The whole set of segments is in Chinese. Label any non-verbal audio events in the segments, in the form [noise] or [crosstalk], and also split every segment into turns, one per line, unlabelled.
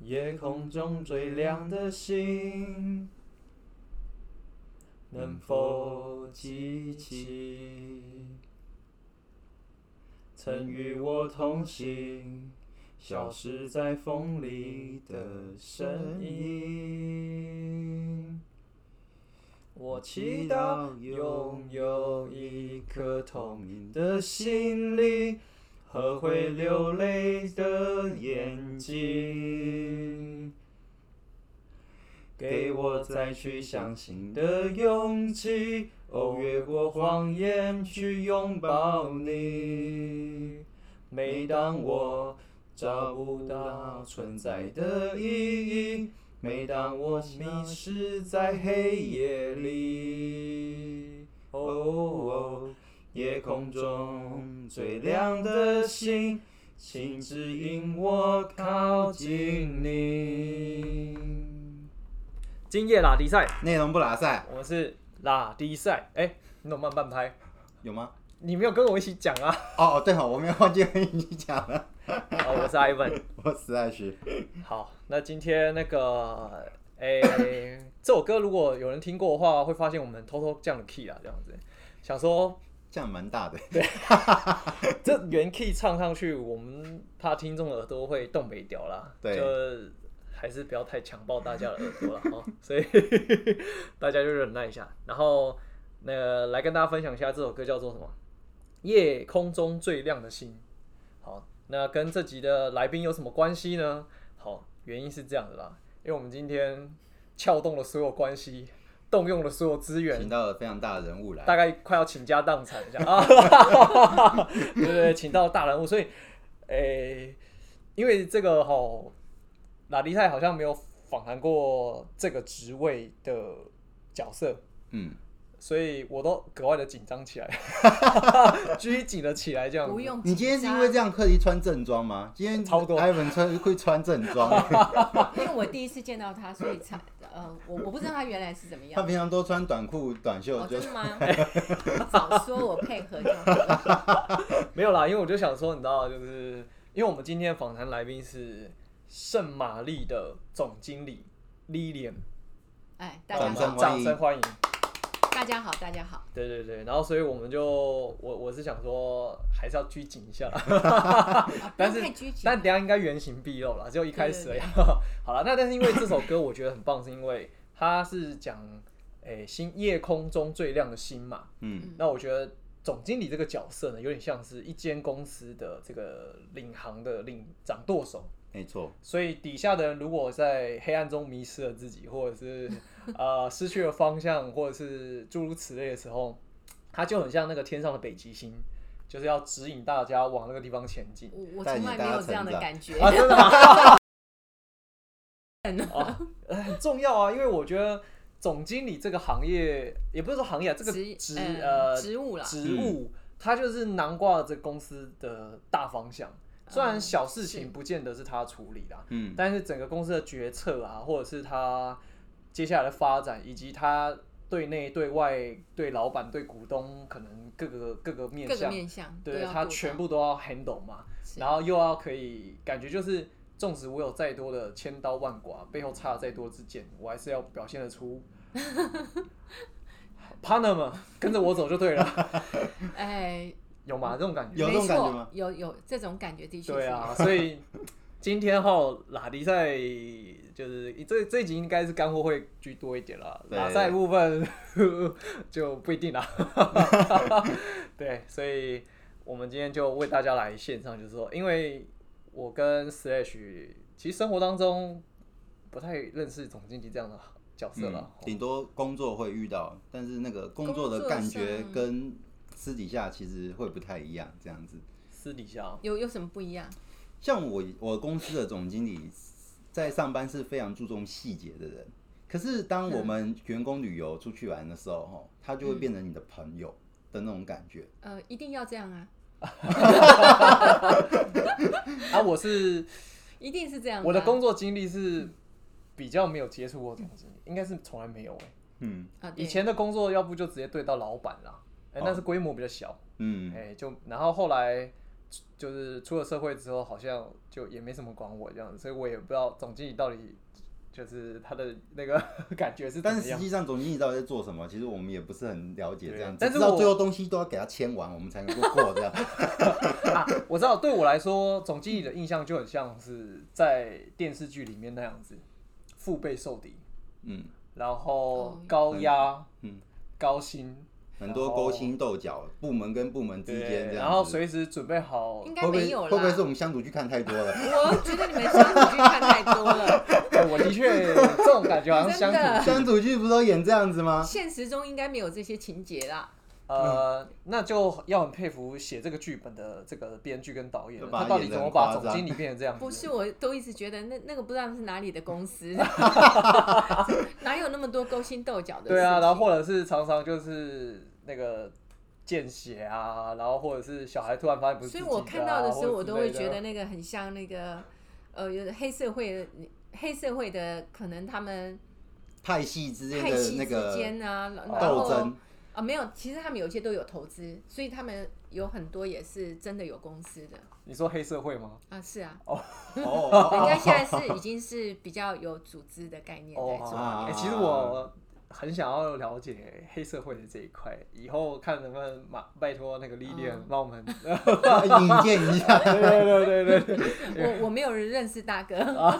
夜空中最亮的星，能否记起曾与我同行、消失在风里的身影？我祈祷拥有一颗透明的心灵和会流泪的眼睛，给我再去相信的勇气。哦，越过谎言去拥抱你。每当我找不到存在的意义，每当我迷失在黑夜里，哦哦，夜空中最亮的星，请指引我靠近你。
今夜拉迪赛，
内容不拉塞
我们是拉迪赛。哎、你怎么慢半拍？
有吗？
你没有跟我一起讲 [laughs] 啊？
哦哦，对哦，我没有忘记跟你讲了。
好，哦我是 Ivan。
我实在是，
好，那今天那 [laughs] 个，哎、这首歌如果有人听过的话，会发现我们偷偷降了 key 啊，这样子。想说
这样蛮大的。
[laughs] 这原 key 唱上去，我们怕听众耳朵会冻没掉啦。
对
就还是不要太强暴大家的耳朵了哦，所以 [laughs] 大家就忍耐一下。然后，那个来跟大家分享一下这首歌叫做什么？夜空中最亮的星。好，那跟这集的来宾有什么关系呢？好，原因是这样的啦，因为我们今天撬动了所有关系，动用了所有资源
请，到了非常大的人物来，
大概快要倾家荡产这样啊，对对对，请到大人物，所以，诶、因为这个哈、拉迪泰好像没有访谈过这个职位的角色，
嗯，
所以我都格外的紧张起来， [laughs] 拘谨了起来这样子。
不用
你今天是因为这样刻意穿正装吗？今天
差不多
艾文穿会穿正装，
因为我第一次见到他，所以才呃，我我不知道他原来是怎么
[laughs] 他
样。
平常都穿短裤短袖
哦，
就
真。的吗？ [laughs] 早说我配合就好了。
没有啦，因为我就想说，你知道，就是因为我们今天访谈来宾是圣玛丽的总经理 Lilian，
哎，大家
掌
好
声，
掌
欢迎
声欢迎。
大家好，大家好。
对对对，然后所以我们就我我是想说还是要拘谨一下，
啊不
但
用
是
太拘谨
但，等一下应该原形毕露了，就一开始而已。 [laughs] 好了，那但是因为这首歌我觉得很棒，是因为它是讲诶、星夜空中最亮的星嘛。
嗯，
那我觉得总经理这个角色呢，有点像是一间公司的这个领航的领掌舵手。
没错，
所以底下的人如果在黑暗中迷失了自己，或者
[laughs]
是呃失去了方向，或者是诸如此类的时候，他就很像那个天上的北极星，就是要指引大家往那个地方前
[laughs]
进。
我我
带
从
领
来没
大家
有这样的
成长
感
[laughs]
觉。
啊，真的吗？
嗯
啊，很重要啊，因为我觉得总经理这个行业，也不是说行业啊，这个
职
职
呃
呃
职务啦，
职务，它就是囊括了这公司的大方向。虽然
嗯
小事
是
情不见得是他处理啦，
嗯，
但是整个公司的决策啊，或者是他接下来的发展，以及他对内、对外、对老板、对股东，可能各个各个面
各个
向，
面向都
对
要
他
顾
全
到
部都要 handle 嘛，
是
然后又要可以感觉就是，纵使我有再多的千刀万剐，背后插了再多支箭，我还是要表现得出。partner 们跟着我走就对了，
哎，
有吗？这种感觉？
有这种
没
感觉
错
吗
有有这种感觉，的确
对
是
啊，所以今天哈拉迪赛就是这这一集应该是干货会居多一点啦，
对
拉赛部分 [laughs] 就不一定啦。 [laughs] 对，所以我们今天就为大家来献上，就是说，因为我跟 Slash 其实生活当中不太认识总经理这样的角色了
嗯，顶多工作会遇到，但是那个工作的感觉
工作上
跟私底下其实会不太一样，这样子。
私底下哦
有有什么不一样？
像我我公司的总经理在上班是非常注重细节的人，可是当
嗯
我们员工旅游出去玩的时候，吼他就会
嗯
变成你的朋友的那种感觉。
呃，一定要这样啊，
啊，我
[laughs]
是
一定是这样啊。
我的工作经历是比较没有接触过总经理，应该是从来没有哎、
嗯
啊，对
以前的工作要不就直接对到老板啦，哎、
哦
但是规模比较小，
嗯
哎、就然后后来就是出了社会之后，好像就也没什么管我这样子，所以我也不知道总经理到底就是他的那个 [laughs] 感觉是怎
但
么
是实
样。
际上，总经理到底在做什么？其实我们也不是很了解，这样
对啊
子，
但是
直到
我
最后东西都要给他签完，我们才能够过这样。
啊，我知道，对我来说，总经理的印象就很像是在电视剧里面那样子，腹背受敌， [laughs]
嗯，
然
哦
后高压，
嗯，
高薪
很多勾心斗角，部门跟部门之间
对
这样子。
然后随时准备好
应。该
会不
没
会
有啦。
会不会是我们相处剧看太多了？ [laughs]
我觉得你们相处剧看太多了，
哎我的确这种感觉好像相
[laughs] 真的
处
相处剧不是都演这样子吗？
现实中应该没有这些情节啦。
呃，那就要很佩服写这个剧本的这个编剧跟导演了，
把它
他到底
演得
怎么
很
把
夸
总
张
经理变成这样子？
不是，我都一直觉得那那个不知道是哪里的公司， [laughs] 哪有那么多勾心斗角的？
对啊，然后或者是常常就是那个见血啊，然后或者是小孩突然发现不是自
所以
己
我看到
的
的
啊
时候，我
或者之
都会
类的
觉得那个很像那个，呃，有黑社会的，黑社会的可能他们
派系之间
派
的
系
那
之
个
间啊，然后
斗争，
啊，没有，其实他们有些都有投资，所以他们有很多也是真的有公司的
你说黑社会吗？
啊，是啊，
哦，
应该现在
[laughs]
是已经是比较有组织的概念在
哦，
做。
啊
哎，其实我很想要了解黑社会的这一块，以后看能不能马拜托那个历练
嗯
帮我们， [laughs]
引荐一下。
[laughs]
对对对对对。
我我没有人认识大哥，
啊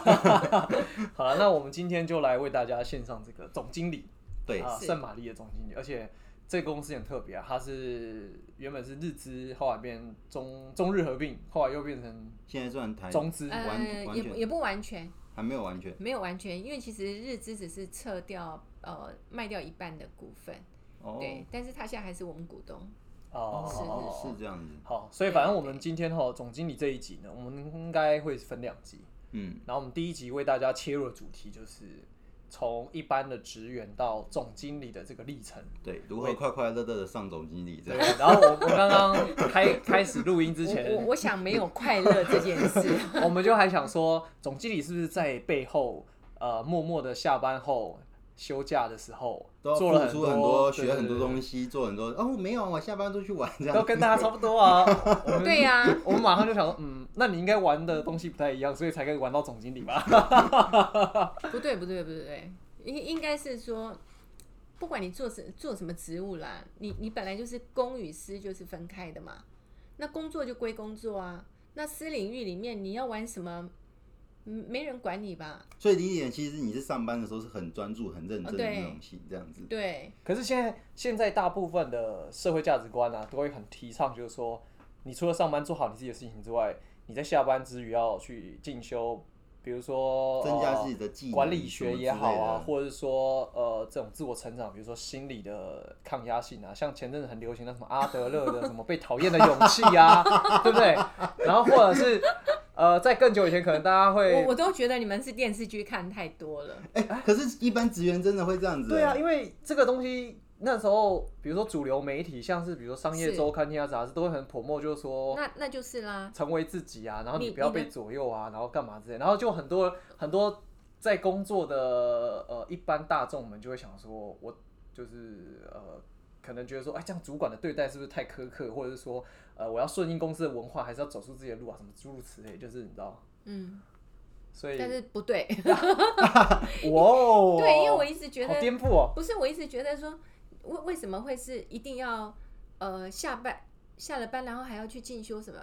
[laughs]
好了，那我们今天就来为大家献上这个总经理
对，
啊，
是
圣玛丽的总经理，而且这个公司很特别啊，它是原本是日资，后来变中中日合并，后来又变成
现在算台
中资。
完
呃，
完
也
全
也不完全，
还没有完全
没有完全，因为其实日资只是撤掉呃卖掉一半的股份，
哦，
对，但是他现在还是我们股东。
哦，
是这样子，
好，所以反正我们今天哈总经理这一集呢，我们应该会分两集。
嗯，
然后我们第一集为大家切入的主题就是从一般的职员到总经理的这个历程。
对，如何快快乐乐的上总经理这
对
样。，
然后我我刚刚开开始录音之
我我
前，
我想没有快乐这件事，
[laughs]
我们就还想说，总经理是不是在背后呃默默的下班后休假的时候
都要
做了
付出很
多
多，学很多
西，
东西，做很多。哦，没有，我下班出去玩
对
这
对都
样。
跟大家差不多啊。我们
对啊呀、
我们马上就想说，嗯，那你应该玩的东西不太一样，所以才可以玩到总经理吧？ [laughs]
[laughs] 不对不对不对，应应该是说，不管你做什做什么职务啦，你你本来就是公与私就是分开的嘛，那工作就归工作啊，那私领域里面你要玩什么，嗯没人管你吧？
[laughs] 所以李点其实你是上班的时候是很专注、很认真的
哦对
那种戏，这样子。
对，
可是现在现在大部分的社会价值观啊，都会很提倡，就是说，你除了上班做好你自己的事情之外，你在下班之余要去进修，比如说
增加
呃
自己的技能
管理学也好啊，
什么之类的
或者是说呃这种自我成长，比如说心理的抗压性啊，像前阵子很流行的什么阿德勒的什么被讨厌的勇气
[laughs]
啊，对不对？然后或者是呃在更久以前，可能大家
我
会
我都觉得你们是电视剧看太多了，
哎、可是，一般职员真的会这样子、
对啊，
哎，
因为这个东西那时候，比如说主流媒体，像是比如说《商业
是
周刊》《天下杂志》，都会很泼墨，就是说
那那就是啦，
成为自己啊，然后你
你
不要
你的
被左右啊，然后干嘛之类，然后就很多很多在工作的呃一般大众们就会想说，我就是呃。可能觉得说，哎，这样主管的对待是不是太苛刻，或者是说，呃，我要顺应公司的文化，还是要走出自己的路啊，什么诸如此类，就是你知道，
嗯，
所以，
但是不对，
哇哦，
[laughs] 对，因为我一直觉得
好颠覆哦，
不是，我一直觉得说，为为什么会是一定要呃下班下了班，然后还要去进修什么？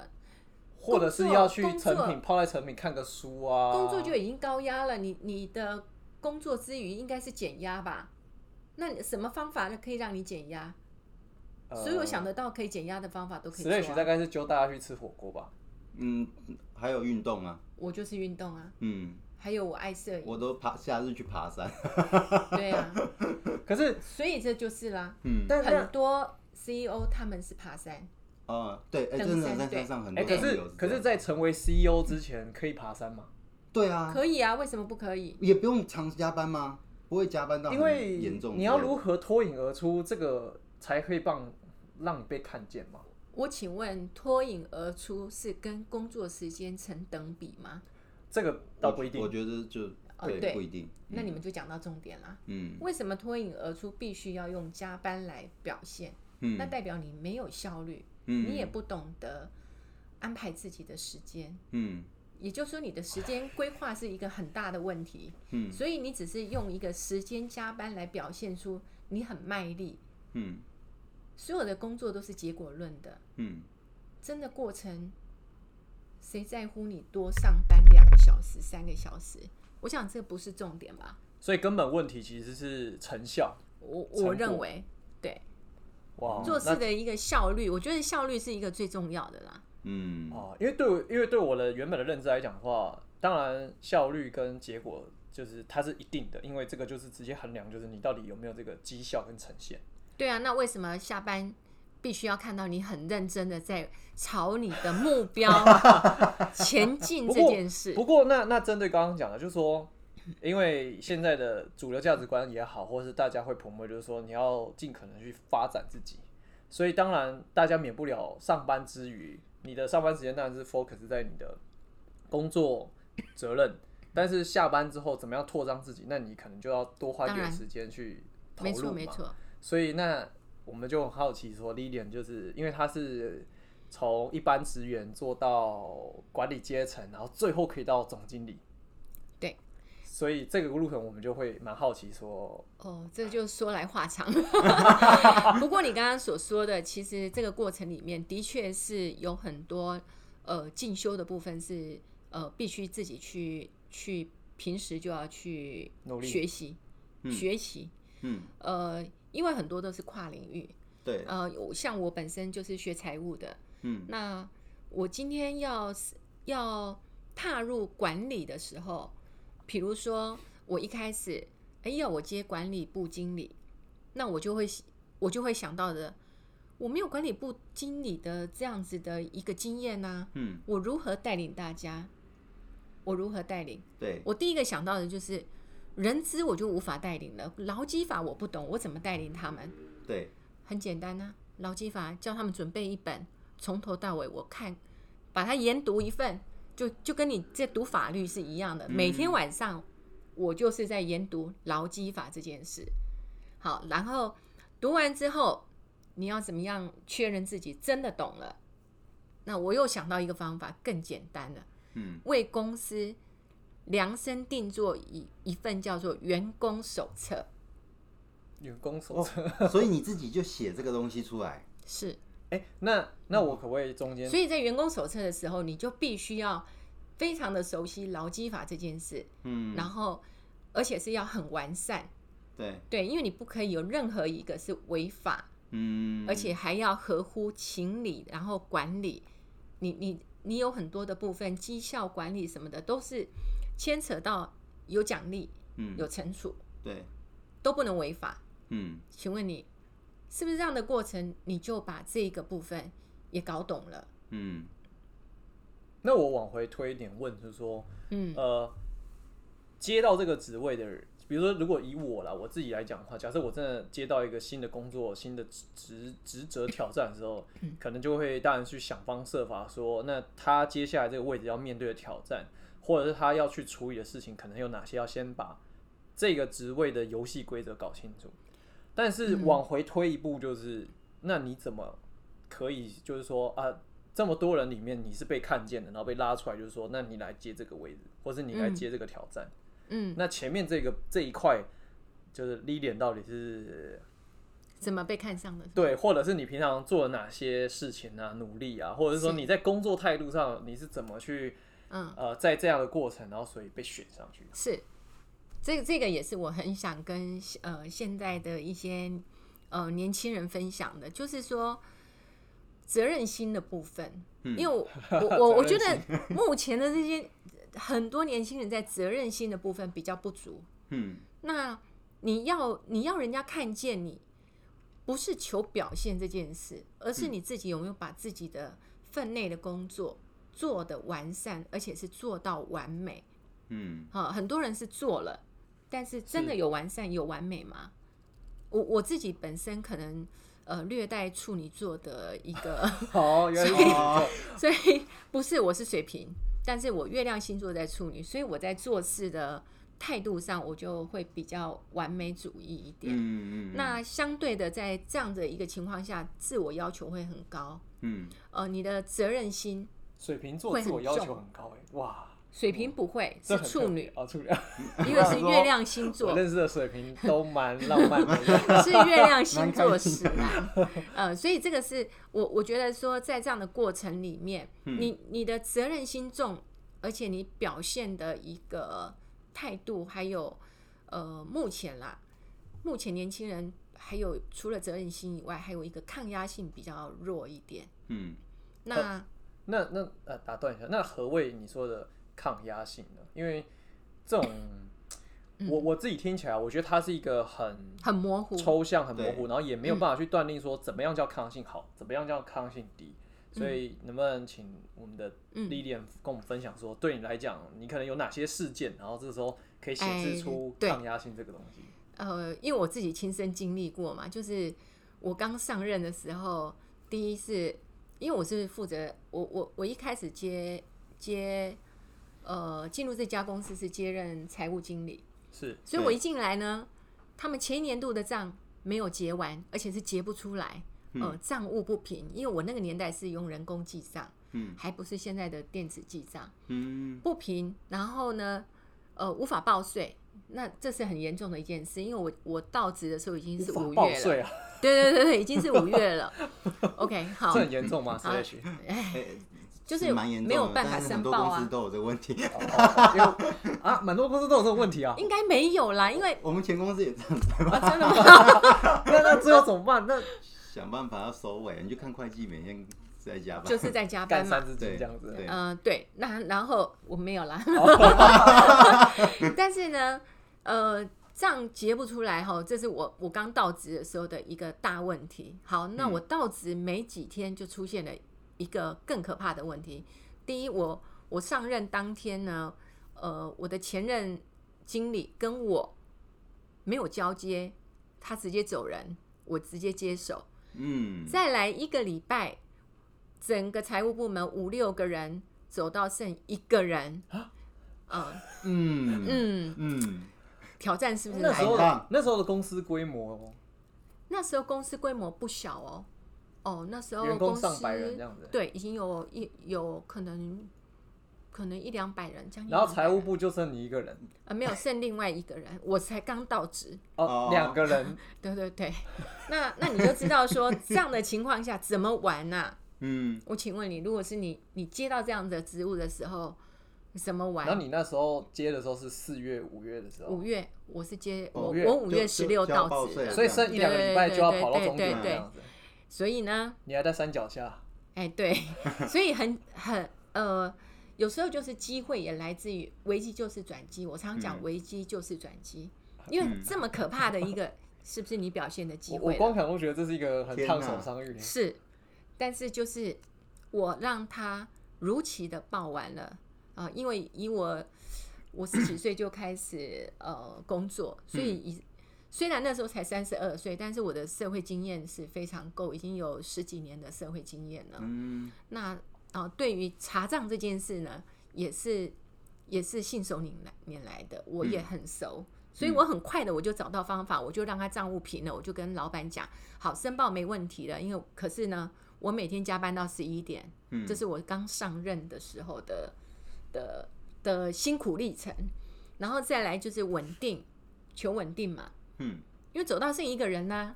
或者是要去
工作
成品泡在成品看个书啊，
工作就已经高压了，你你的工作之余应该是减压吧？那你什么方法呢可以让你减压？
呃
所有想
的
得到可以减压的方法都可以
s l a
做、
大
啊。
概是揪大家去吃火锅吧。
嗯，还有运动啊，
我就是运动啊，
嗯，
还有我爱摄影，
我都爬夏日去爬山，
对啊，
可是，
所以这就是啦。
嗯，
但
很
但
多 CEO 他们是爬山，
哦，对，哎、
登
真的
山
在
对
山上很
哎、
多
可
朋
是
友
可
这
是，
样
在成为 CEO 之前，可以爬山吗？
对啊，
可以啊，为什么不可以？
也不用常加班吗？不会加班到
因
很
为
严重之类的，
你要如何脱颖而出，这个才可以帮让你被看见嘛。
我请问，脱颖而出是跟工作时间成等比吗？
这个倒不一定
我，觉得就
哦
对，
对
不一定，
那你们就讲到重点啦。
嗯
为什么脱颖而出必须要用加班来表现？
嗯，
那代表你没有效率，
嗯
你也不懂得安排自己的时间。
嗯
也就是说，你的时间规划是一个很大的问题，
嗯
所以你只是用一个时间加班来表现出你很卖力。
嗯
所有的工作都是结果论的，
嗯
真的过程，谁在乎你多上班两个小时、三个小时？我想这不是重点吧？
所以根本问题其实是成效。
我
成果
我认为，对
哦
哇，
做
那
事的一个效率，我觉得效率是一个最重要的啦。
嗯
哦，因为对我，因为对我的原本的认知来讲的话，当然效率跟结果就是它是一定的，因为这个就是直接衡量，就是你到底有没有这个绩效跟呈现。
对啊，那为什么下班必须要看到你很认真的在朝你的目
[laughs]
标前进
不
这
过
件事？
不过那那针对刚刚讲的，就是说，因为现在的主流价值观也好，或是大家会 promote，就是说你要尽可能去发展自己，所以当然大家免不了上班之余，你的上班时间当然是 focus 在你的工作责任，但是下班之后怎么样扩张自己，那你可能就要多花一
当
点
然
时间去投入
没错
嘛
没错，
所以那我们就很好奇说，Lilian 就是因为她是从一般职员做到管理阶层，然后最后可以到总经理。
对。
所以这个路程我们就会蛮好奇说，
哦，这就说来话长。 [laughs] 不过你刚刚所说的，其实这个过程里面的确是有很多呃进修的部分是呃必须自己去去平时就要去
努力
学习、
嗯
学习，
嗯，
呃，因为很多都是跨领域，
对，
呃，我像我本身就是学财务的，
嗯
那我今天要是要踏入管理的时候，比如说我一开始，哎呀，我接管理部经理，那我就会我就会想到的，我没有管理部经理的这样子的一个经验呐、
嗯，
我如何带领大家？我如何带领？
对，
我第一个想到的就是人资，我就无法带领了，劳基法我不懂，我怎么带领他们？
对，
很简单呐、劳基法叫他们准备一本，从头到尾我看，把它研读一份，就就跟你在读法律是一样的。每天晚上我就是在研读劳基法这件事。好，然后读完之后，你要怎么样确认自己真的懂了？那我又想到一个方法，更简单了，
嗯
为公司量身定做一一份叫做员工手册。
员工手册。哎、
所以你自己就写这个东西出来，
是，
那那我可不可以中间
所以在员工手册的时候，你就必须要非常的熟悉劳基法这件事，
嗯，
然后而且是要很完善，
对，
对，因为你不可以有任何一个是违法，
嗯，
而且还要合乎情理，然后管理，你你你有很多的部分绩效管理什么的，都是牵扯到有奖励、
嗯，
有惩处，
对，
都不能违法。
嗯
请问你是不是这样的过程，你就把这个部分也搞懂了？
嗯
那我往回推一点问，就是说，
嗯，
呃，接到这个职位的人，比如说，如果以我啦，我自己来讲的话，假设我真的接到一个新的工作、新的职职职责挑战的时候，可能就会当然去想方设法说，那他接下来这个位置要面对的挑战，或者是他要去处理的事情，可能有哪些要先把这个职位的游戏规则搞清楚。但是往回推一步，就是、那你怎么可以就是说啊，这么多人里面你是被看见的，然后被拉出来，就是说，那你来接这个位置，或是你来接这个挑战。
嗯，
那前面这个这一块，就是历练到底是
怎么被看上的？
对，或者是你平常做了哪些事情啊、努力啊，或者是说
是
你在工作态度上你是怎么去
嗯。
呃，在这样的过程，然后所以被选上去。
是，这这个也是我很想跟呃现在的一些呃年轻人分享的，就是说责任心的部分。因为我我我我觉得目前的这些很多年轻人在责任心的部分比较不足。
嗯
那你要你要人家看见你，不是求表现这件事，而是你自己有没有把自己的分内的工作做的完善，而且是做到完美。
嗯
啊，很多人是做了，但是真的
是
有完善、有完美吗？我我自己本身可能呃略带处女座的一
[laughs]
个，
好，原来
哦
所以不是我是水瓶，但是我月亮星座在处女，所以我在做事的态度上，我就会比较完美主义一点。
嗯嗯，
那相对的，在这样的一个情况下，自我要求会很高，
嗯
呃，你的责任心
水瓶座
会
自我
很
要
重
求很高哎、哇，
水瓶不会，
哦这
是
很
处
特
女
[laughs] 别，哦，处女，
一个是月亮星 [laughs] 座
我，认识的水瓶都蛮浪漫的。
[laughs] 是月亮星
蛮
座
开心
使然，呃，所以这个是我我觉得说，在这样的过程里面，
嗯
你你的责任心重，而且你表现的一个态度，还有呃，目前啦，目前年轻人还有除了责任心以外，还有一个抗压性比较弱一点。
嗯，
那
那那呃，打断一下，那何谓你说的抗压性呢？因为这种，我我自己听起来，我觉得它是一个很
很嗯模糊，嗯
抽象、很模糊，
对
然后也没有办法去断定说怎么样叫抗压性好，怎么样叫抗压性低。所以，能不能请我们的
嗯
Lilian 跟我们分享说，对你来讲，你可能有哪些事件，然后这时候可以显示
哎
出
对
抗压性这个东西？
呃，因为我自己亲身经历过嘛，就是我刚上任的时候，第一是因为我是负责我我我一开始接接呃进入这家公司是接任财务经理，
是
所以我一进来呢，他们前一年度的账没有结完，而且是结不出来，呃，账务不平，因为我那个年代是用人工记账，
嗯，
还不是现在的电子记账，
嗯，
不平，然后呢，呃，无法报税，那这是很严重的一件事，因为我我到职的时候已经是
无
五
法报
月了，
税啊，
对对对对，已经是五月了。OK，
[laughs]
好
这，很严重吗
哦 [laughs] 好
？Slash，
哎，
哎
就是
蛮严重的
没有办法
但是
申
很多
报
公司
啊，
都有这个问题，
[laughs] 因为啊，蛮多公司都有这个问题
[laughs]
啊。
应该没有啦，因为
我们前公司也这样子，
啊，真的吗？ [laughs] 那那最后怎么办？那
想办法要收尾，你就看会计每天在家吧，
就是在加
干
班嘛
三，只鸡这样子。
对
嗯、对，那然后我没有啦， [laughs] 但是呢，呃，账结不出来哈，这是我我刚到职的时候的一个大问题。好，那我到职没几天就出现了一个更可怕的问题。第一，我我上任当天呢，呃，我的前任经理跟我没有交接，他直接走人，我直接接手。
嗯，
再来一个礼拜，整个财务部门五六个人走到剩一个人，
啊
嗯
嗯
嗯，
嗯，
挑战是不是
那
来
时
了？
候
来吧
那时候的公司规模，哦
那时候公司规模不小哦，哦，那时候
员
公
工
司
上百人这样子
对，已经有一有可能可能一两百人，将近
然后
100
财务
人
部就剩你一个人，
呃没有剩另外一个人，我才刚到职，
哦
哦，
两个
[laughs]
人，
对对对，那那你就知道说这样的情况下怎么玩啊呐、
嗯，
我请问你，如果是你你接到这样的职务的时候，你怎么玩
然？后你那时候接的时候是四月、五月的时候
五，月我是接
哦
我
五月
我五月
就
十六
就要
到
报
职
税
的，
了
所以剩一两个礼拜就要跑到终
对
点
对对对对
这样子，
所以呢，
你还在山脚下，
哎对，所以很很呃，有时候就是机会也来自于危机就是转机。我常讲
嗯
危机就是转机，因为
嗯
这么可怕的一个，是不是你表现的机
我我
会
光
了？
想都觉得这是一个很
天
烫
哪
手伤欲。
是，但是就是我让他如期的报完了啊、呃因为以我我十几岁就开始呃工作，所以以、虽然那时候才三十二岁，但是我的社会经验是非常够，已经有十几年的社会经验了。
嗯，
那啊、呃对于查账这件事呢，也是也是信手拈来拈来的，我也很熟。所以我很快的我就找到方法，我就让他账务平了，我就跟老板讲，好申报没问题了，因为可是呢，我每天加班到十一点，
嗯
这是我刚上任的时候的的的辛苦历程，然后再来就是稳定，求稳定嘛，
嗯，
因为走到剩一个人啦、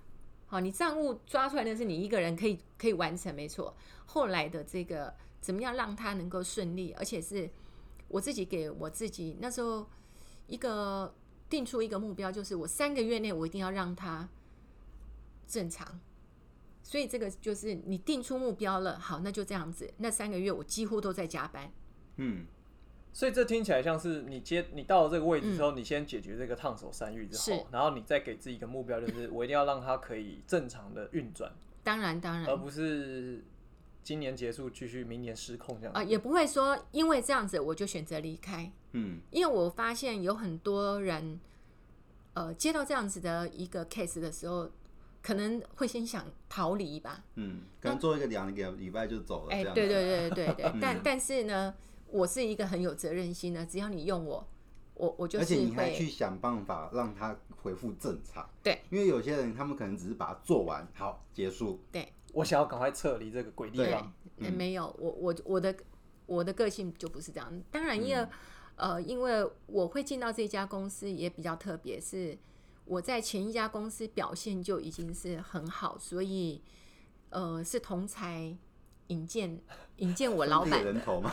好，你账务抓出来的是你一个人可以可以完成，没错。后来的这个怎么样让他能够顺利，而且是我自己给我自己那时候一个定出一个目标，就是我三个月内我一定要让他正常。所以这个就是你定出目标了，好，那就这样子。那三个月我几乎都在加班，
嗯，
所以这听起来像是你接你到了这个位置之后，你先解决这个烫手山芋之
嗯是
后，然后你再给自己一个目标，就是我一定要让它可以正常的运转，
当然当然
呃而不是今年结束继续明年失控这样
啊、
子。
也不会说因为这样子我就选择离开，
嗯，
因为我发现有很多人，呃，接到这样子的一个 case 的时候，可能会先想逃离吧。
嗯，可能做一个两个礼拜就走了，
哎、
这样，嗯
对，对对对对，但但是呢，我是一个很有责任心的，只要你用我，我我就
而
是
且你还去
会
想办法让它恢复正常，
对，
因为有些人他们可能只是把它做完，好结束，
对
我想要赶快撤离这个鬼地
对哎
方。，
没有我我我的我的个性就不是这样。当然，因为、
嗯
呃，因为我会进到这家公司也比较特别，是我在前一家公司表现就已经是很好，所以呃是同才引荐引荐我老
自己
板
的人
的，
头嘛，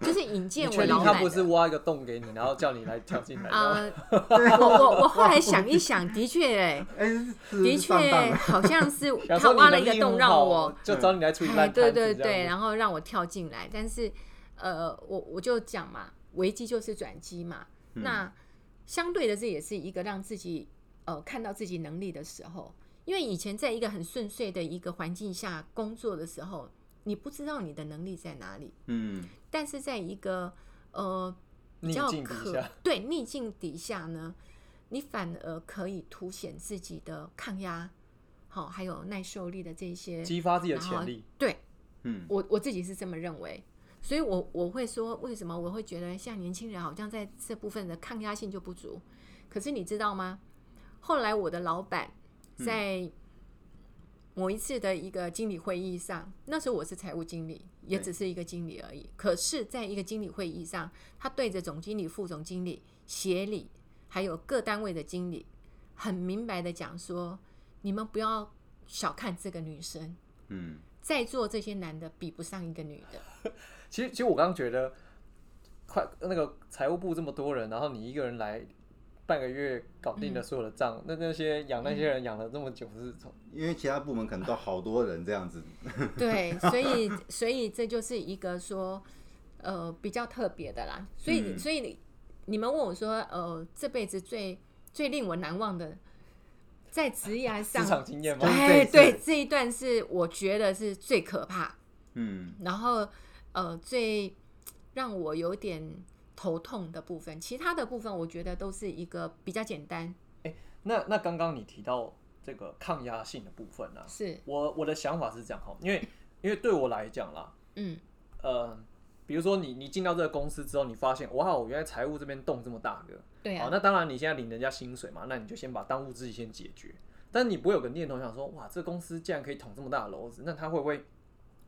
就是引荐
你
我
确定
老
他
板
不
的
是。挖一个洞给你，然后叫你来跳进来的吗？
[laughs] 啊、我我我后来想一想，的确、
[laughs]
欸，
哎，是是
的
上当
确
了
好像是
想
他
说
挖
你
了
能
一
力
个洞
很
让
好哦
我，
就找你来处理
哎，
烂摊子
对对
这样
对，
子
然后让我跳进来，但是呃，我我就讲嘛，危机就是转机嘛。
嗯
那相对的，这也是一个让自己呃看到自己能力的时候，因为以前在一个很顺遂的一个环境下工作的时候，你不知道你的能力在哪里，
嗯，
但是在一个呃比
逆
较
境底
可
下，
对逆境底下呢，你反而可以凸显自己的抗压，好、还有耐受力的这些
激发自己的
然后
潜力。
对，
嗯
我我自己是这么认为，所以我我会说，为什么我会觉得像年轻人好像在这部分的抗压性就不足？可是你知道吗？后来我的老板
嗯
在某一次的一个经理会议上，那时候我是财务经理，也
对
只是一个经理而已。可是，在一个经理会议上，他对着总经理、副总经理、协理，还有各单位的经理，很明白的讲说：你们不要小看这个女生。
嗯，
在座这些男的比不上一个女的，
其实，其实我刚刚觉得，快那个财务部这么多人，然后你一个人来半个月搞定了所有的账，那那些养那些人养了这么久是从
因为其他部门可能都好多人这样子，
对，
[laughs]
所以所以这就是一个说，呃，比较特别的啦。所以、
嗯
所以你你们问我说，呃，这辈子最最令我难忘的，在职涯
职场
上，
经验吗？
这
哎，
一
对
次
这一段是我觉得是最可怕，
嗯
然后呃，最让我有点头痛的部分，其他的部分我觉得都是一个比较简单，
那那刚刚你提到这个抗压性的部分啊，
是
我我的想法是这样哈，因为因为对我来讲啦，
嗯
呃，比如说你你进到这个公司之后，你发现哇，我原来财务这边洞这么大个，
对
好，
啊，
那当然你现在领人家薪水嘛，那你就先把当务之急先解决。但你不会有个念头想说，哇，这公司竟然可以捅这么大的篓子，那他会不会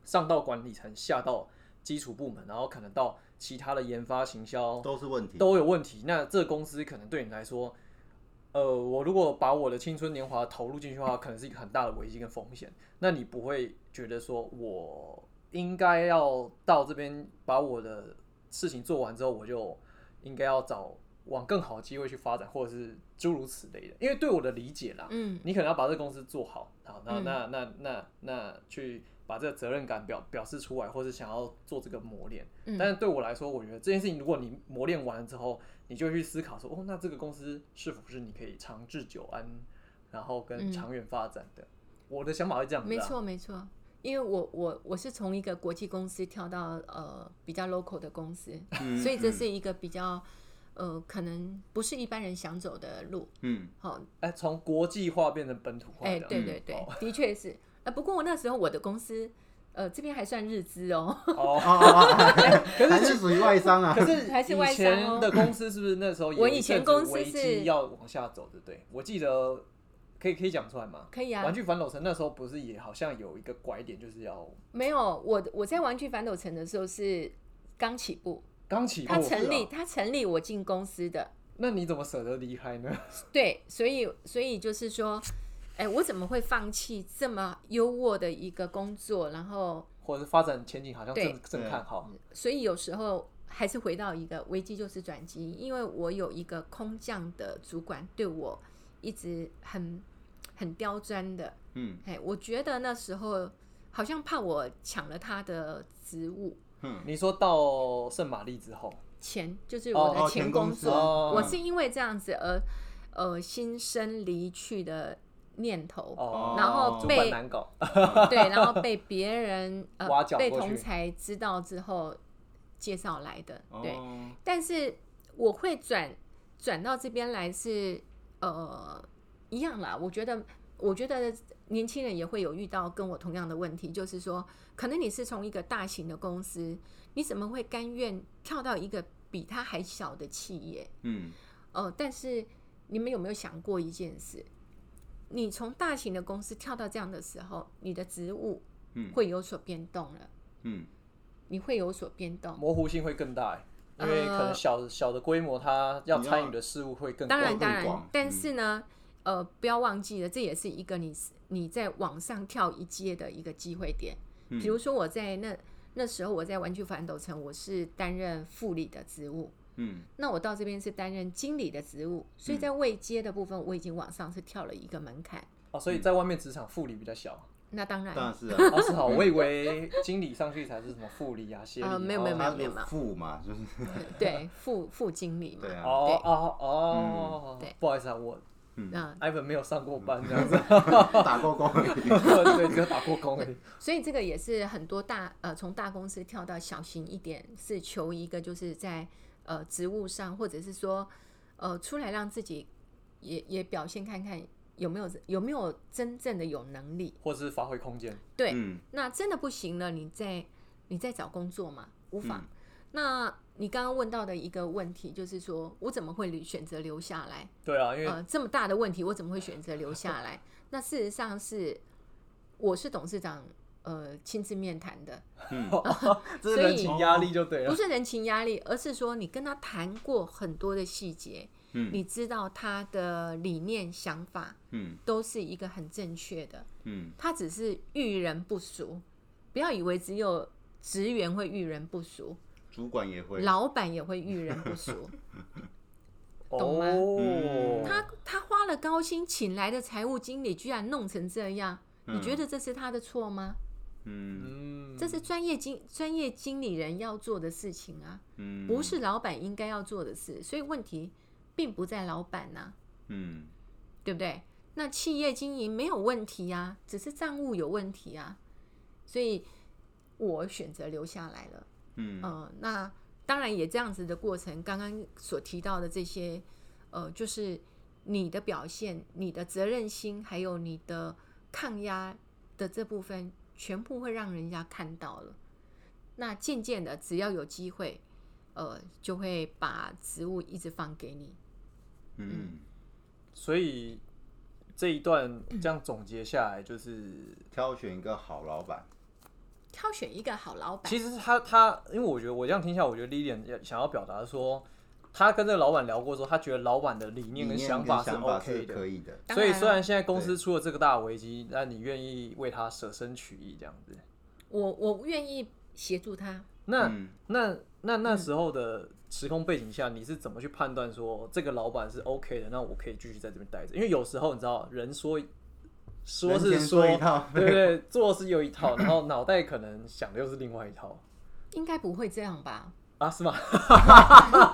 上到管理层，下到基础部门，然后可能到其他的研发、行销
都是问题，
都有问题？那这个公司可能对你来说，呃，我如果把我的青春年华投入进去的话，可能是一个很大的危机跟风险。那你不会觉得说我应该要到这边把我的事情做完之后，我就应该要找往更好的机会去发展，或者是诸如此类的。因为对我的理解啦，
嗯
你可能要把这个公司做好，好，那
嗯
那那那那去把这个责任感表表示出来，或是想要做这个磨练。
嗯
但是对我来说，我觉得这件事情，如果你磨练完了之后，你就去思考说，哦，那这个公司是否是你可以长治久安，然后跟
嗯
长远发展的。我的想法是这样子、啊，
没错，没错，因为我我我是从一个国际公司跳到呃比较 local 的公司，
嗯
所以这是一个比较呃可能不是一般人想走的路。
嗯
好、
哎，从国际化变成本土化
哎、
的，
对对对，的确是。呃，不过我那时候我的公司呃这边还算日资哦， [laughs]
哦
哦，哦哦还是属于外商啊，
可是
还是外
以
商
前
哦
的公司是不是那时
[laughs]
候
我
有
以
一
前
阵子
公司
危机
是
要往下走，对不对？我记得可以可以讲出来吗？
可以啊
玩。具反斗城那时候不是也好像有一个拐点，就是要
没有，我我在玩具反斗城的时候是刚起步，
刚起步
它，
是
成
啊
立、它成立我进公司的，
那你怎么舍得离开呢？ [laughs]
对，所以所以就是说，哎、我怎么会放弃这么优渥的一个工作？然后，
或者是发展前景好像
对
正正看好，
所以有时候还是回到一个危机就是转机，因为我有一个空降的主管对我一直很很刁钻的，
嗯
哎、我觉得那时候好像怕我抢了他的职务。
嗯
你说到圣玛丽之后，
钱就是
哦
我
哦
的
前
前
公
工
司
作，
哦
我是因为这样子而呃心生离去的念头。
哦，
然后
主
被
管难搞， [laughs]
对，然后被别人呃
挖角
被
过去
同才知道之后介绍来的，对。
哦
但是我会转转到这边来是呃一样啦，我觉得我觉得年轻人也会有遇到跟我同样的问题，就是说，可能你是从一个大型的公司，你怎么会甘愿跳到一个比它还小的企业？
嗯
呃，但是你们有没有想过一件事？你从大型的公司跳到这样的时候，你的职务
嗯
会有所变动了。
嗯
你会有所变动。
模糊性会更大欸，因为
啊
可能小小的规模，它要
你要
参与的事物会更
当然
广
更
当然
广，
但
嗯
是呢，呃，不要忘记了，这也是一个你你在往上跳一阶的一个机会点。
嗯
比如说我在那那时候我在玩具反斗城，我是担任副理的职务，
嗯
那我到这边是担任经理的职务，所以在位阶的部分我已经往上是跳了一个门槛。
哦，所以在外面职场副理比较小。
那当然，
当然是啊，
哦，是好，我以为经理上去才是什么副理啊、协理啊。
呃没有没有没
他
有
就富嘛，就是
对副副经理嘛
对，啊，
哦哦哦
对，
不好意思啊，我
嗯，
艾文没有上过班这样子， [laughs]
打过工而已。
对，只有打过工而
[laughs]
已。
所以这个也是很多大呃从大公司跳到小型一点，是求一个就是在呃职务上，或者是说呃出来让自己也也表现看看有没有有没有真正的有能力。
或是发挥空间。
对，
嗯
那真的不行了，你再你再找工作嘛，无妨。那你刚刚问到的一个问题就是说，我怎么会选择留下来？
对啊，因为
呃，这么大的问题，我怎么会选择留下来？ [laughs] 那事实上是，我是董事长呃亲自面谈的， [laughs]
这是人情压力就对
不
了。
是人情压力，而是说你跟他谈过很多的细节，
嗯
你知道他的理念想法
嗯
都是一个很正确的，
嗯
他只是遇人不淑，不要以为只有职员会遇人不淑，
主管也会，
老板也会遇人不淑。懂吗嗯
哦，
[laughs] 他他花了高薪请来的财务经理，居然弄成这样，你觉得这是他的错吗？
嗯
嗯，
这是专业经专业经理人要做的事情啊，
嗯，
不是老板应该要做的事。所以问题并不在老板呐、
嗯
对不对？那企业经营没有问题啊，只是账务有问题啊，所以我选择留下来了。
嗯
呃，那当然也这样子的过程，刚刚所提到的这些，呃，就是你的表现、你的责任心，还有你的抗压的这部分，全部会让人家看到了。那渐渐的，只要有机会，呃，就会把职务一直放给你。
嗯，
所以这一段这样总结下来，就是
挑选一个好老板，
挑选一个好老板，
其实他他，因为我觉得我这样听下来，我觉得 Lilian 也想要表达说，他跟这个老板聊过说，他觉得老板的理
理
念跟
念
想
跟
法是
想法
OK
是
的。
可以的，
当
所以
了
虽然现在公司出了这个大危机，那你愿意为他舍身取义这样子？
我我愿意协助他。
那、
嗯
那那那时候的时空背景下，你是怎么去判断说这个老板是 OK 的？那我可以继续在这边待着？因为有时候你知道，人说说
人
是
前说一套
[laughs] 对对，做是有一套，然后脑袋可能想的又是另外一套
应该不会这样吧？
啊，是吗？
[laughs]
[laughs]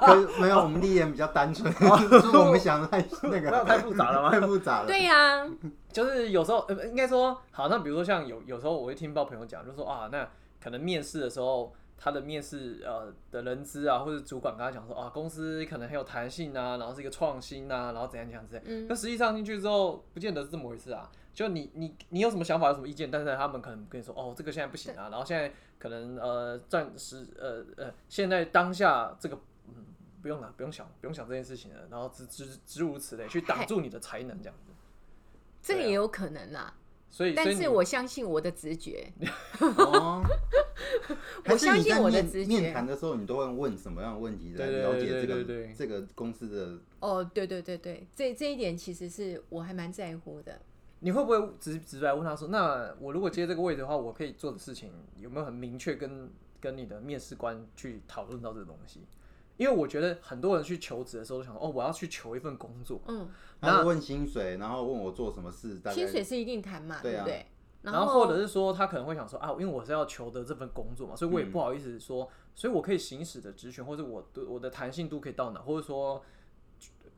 可是没有，我们历人比较单纯， [laughs] 就是我们想的太
哦
那
那
个
太复杂了吗？
太复杂了。
对
[laughs]
呀、
就是有时候，呃，应该说，好，那比如说像有有时候我会听到朋友讲，就说啊，那可能面试的时候，他的面试呃的人资啊，或者主管跟他讲说啊，公司可能很有弹性啊，然后是一个创新啊，然后怎样怎样之类。
嗯
那实际上进去之后，不见得是这么回事啊。就你你你有什么想法，有什么意见，但是他们可能跟你说，哦，这个现在不行啊，然后现在可能呃暂时呃呃，现在当下这个嗯不用了，不用想，不用想这件事情了，然后之之之如此类，去挡住你的才能这样子。
这个
对啊
也有可能啦。
所以，所
但
以你
是我相信我的直觉，
哦，
[laughs] 我相信我的
还是
直
你在面
觉
面谈的时候，你都会问什么样的问题来
对对
了
对
解这
对对
个
对
这个公司的？
哦，对对对对，这这一点其实是我还蛮在乎的。
你会不会直直白问他说：“那我如果接这个位置的话，我可以做的事情有没有很明确跟跟你的面试官去讨论到这个东西？”因为我觉得很多人去求职的时候都想说：“哦，我要去求一份工作。
嗯，
他会问薪水，然后问我做什么事，大概
薪水是一定谈嘛，
对
对
啊
不对？”
然
后
或者是说他可能会想说：“啊，因为我是要求得这份工作嘛，所以
嗯
我也不好意思说，所以我可以行使的职权，或者我的我的弹性度可以到哪，或者说，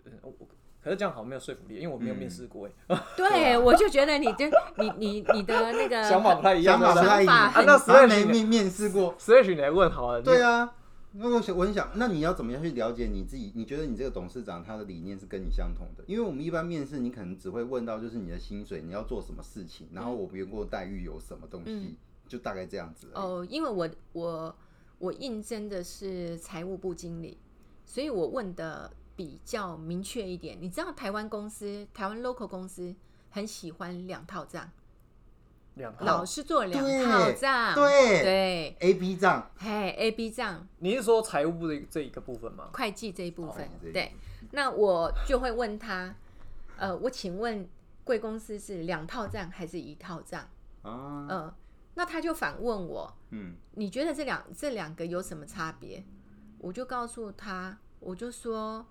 呃我我可是这样好像没有说服力，因为我没有面试过
嗯
哎、
对我就觉得你这你你你的那个
欸想法不太一样，
想法啊
对不
不
对
太一样。
想法
很啊那实在
他
是
没面面试过，
Slash，你来问好了，
对啊。那我想，我很想，那你要怎么样去了解你自己？你觉得你这个董事长他的理念是跟你相同的？因为我们一般面试，你可能只会问到就是你的薪水，你要做什么事情，然
嗯
后我员工待遇有什么东西，就大概这样子而已。
哦，因为我我我应征的是财务部经理，所以我问的比较明确一点。你知道台湾公司，台湾 local 公司很喜欢两套账，
两
好
套
老。师做了两套账，
哦对
对，
A B 账，
嘿，A B 账，
你是说财务的一这一个部分吗？
会计这一部分
哦这一部分，
对，那我就会问他，呃，我请问贵公司是两套账还是一套账？
啊，
嗯，那他就反问我，
嗯，
你觉得这两这两个有什么差别？我就告诉他，我就说，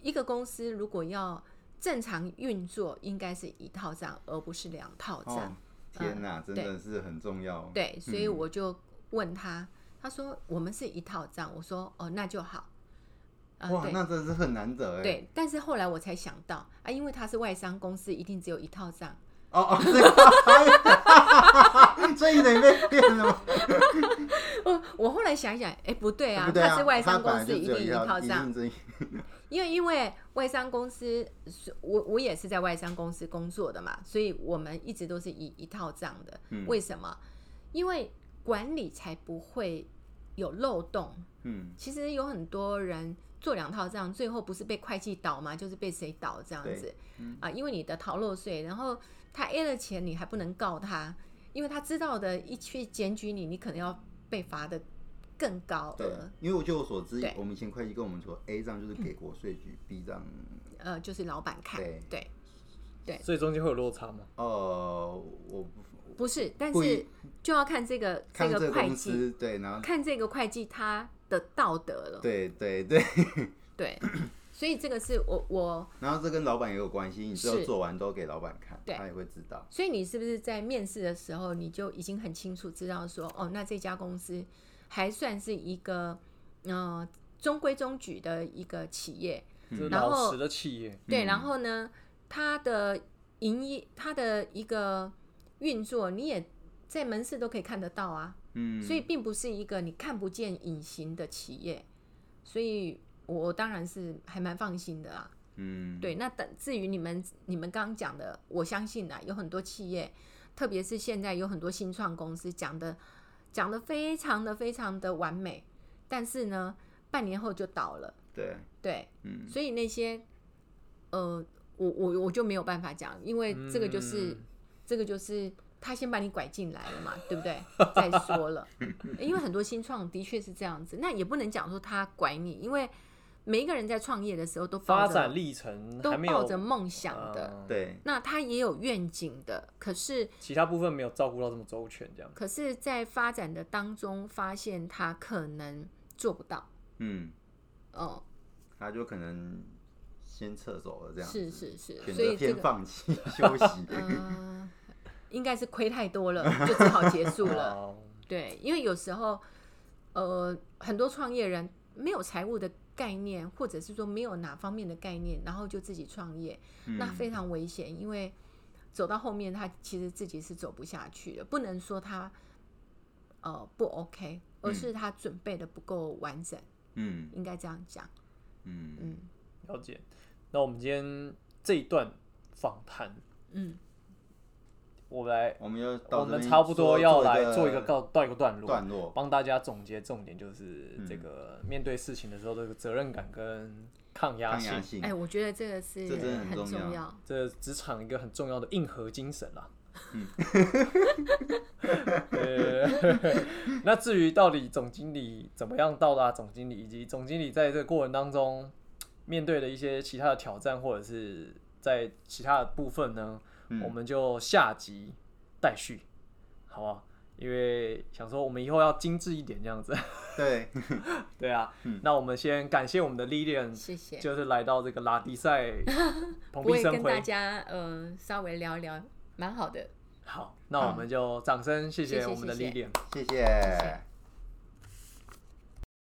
一个公司如果要正常运作，应该是一套账，而不是两套账。
哦，天哪，真的是很重要。
嗯对，所以
嗯
我就问他，他说我们是一套账，我说哦，那就好。啊、
哇，
对
那真的是很难得哎。，
对，但是后来我才想到啊，因为他是外商公司，一定只有一套账。
哦哦，这个， [laughs] 所以你被骗了吗？
我我后来想一想，哎，不对啊，
哦不对啊，
他是外商
他本
公
来
司，
就
一
只有
定
一
套
一
账
定。这一
因为因为外商公司，是我我也是在外商公司工作的嘛，所以我们一直都是一一套账的。
嗯
为什么？因为管理才不会有漏洞。
嗯，
其实有很多人做两套账，最后不是被会计倒嘛，就是被谁倒这样子
对、嗯
啊？因为你的逃漏税，然后他 A 了钱，你还不能告他，因为他知道的，一去检举你，你可能要被罚的更高
对
额，，
因为我就我所知
对，
我们以前会计跟我们说，A 账就是给国税局，B 账，
呃，就是老板看
对
对，
所以中间会有落差吗？
呃，我不
不是，但
不一
是就要看这个
看这
个
个
会
公
计，
司，对，然后
看这个会计他的道德了，
对对对，
对所以这个是我我，
然后这跟老板也有关系，你只有
是
做完都给老板看，
对
他也会知道。
所以你是不是在面试的时候你就已经很清楚知道说，哦，那这家公司还算是一个呃中规中矩的一个企业，
就是
然后
老实的企业，
对，然后呢，它的营业，它的一个运作，你也在门市都可以看得到啊。
嗯，
所以并不是一个你看不见隐形的企业，所以我当然是还蛮放心的啊。
嗯，
对，那等至于你们你们刚刚讲的，我相信啊，有很多企业，特别是现在有很多新创公司讲的讲的非常的非常的完美，但是呢，半年后就倒了。
对，
对，
嗯
所以那些呃，我我我就没有办法讲，因为这个就是、
嗯
这个就是他先把你拐进来了嘛，对不对？再说了，因为很多新创的确是这样子，那也不能讲说他拐你，因为每一个人在创业的时候都抱
发
着
展历程
都
还没有
抱着梦想的，
呃
对，
那他也有愿景的，可是
其他部分没有照顾到这么周全，这样。
可是，在发展的当中发现他可能做不到，
嗯，
哦、
他就可能先撤走了，这样
是
子
是是，
选
所
择
以这
先
个。
放弃 [laughs] 休
[laughs]
息。 [laughs]
呃，应该是亏太多了，就只好结束了。
哦
对，因为有时候，呃，很多创业人没有财务的概念，或者是说没有哪方面的概念，然后就自己创业，
嗯
那非常危险，因为走到后面他其实自己是走不下去的。不能说他呃不 OK，而是他准备的不够完整，
嗯
应该这样讲。
嗯
嗯
了解。那我们今天这一段访谈，
嗯，
我们来，
我们要到
我
这边
们差不多要来
做
做一个告到一个段落，
段嗯落。
帮大家总结重点，就是这个面对事情的时候，这个责任感跟抗压
抗
性
压，性
哎、，我觉得这个是
嗯这真的很
很
重要
重要。
这职场一个很重要的硬核精神啦。
嗯
呃， [laughs] 那至于到底总经理怎么样到达总经理，以及总经理在这个过程当中面对的一些其他的挑战，或者是在其他的部分呢，
嗯
嗯
我们就下集待续，好不好？因为想说我们以后要精致一点这样
[laughs]
子，
对，
对啊。
嗯
那我们先感谢我们的 Lilian，
谢谢。
就是来到这个拉迪赛
[laughs]
蓬
不
荜
会
生
跟
辉
大。家呃稍微聊一聊，蛮好的。
好，那我们就掌声谢
谢
谢
谢
我们的
谢谢
Lilian。
谢谢。
谢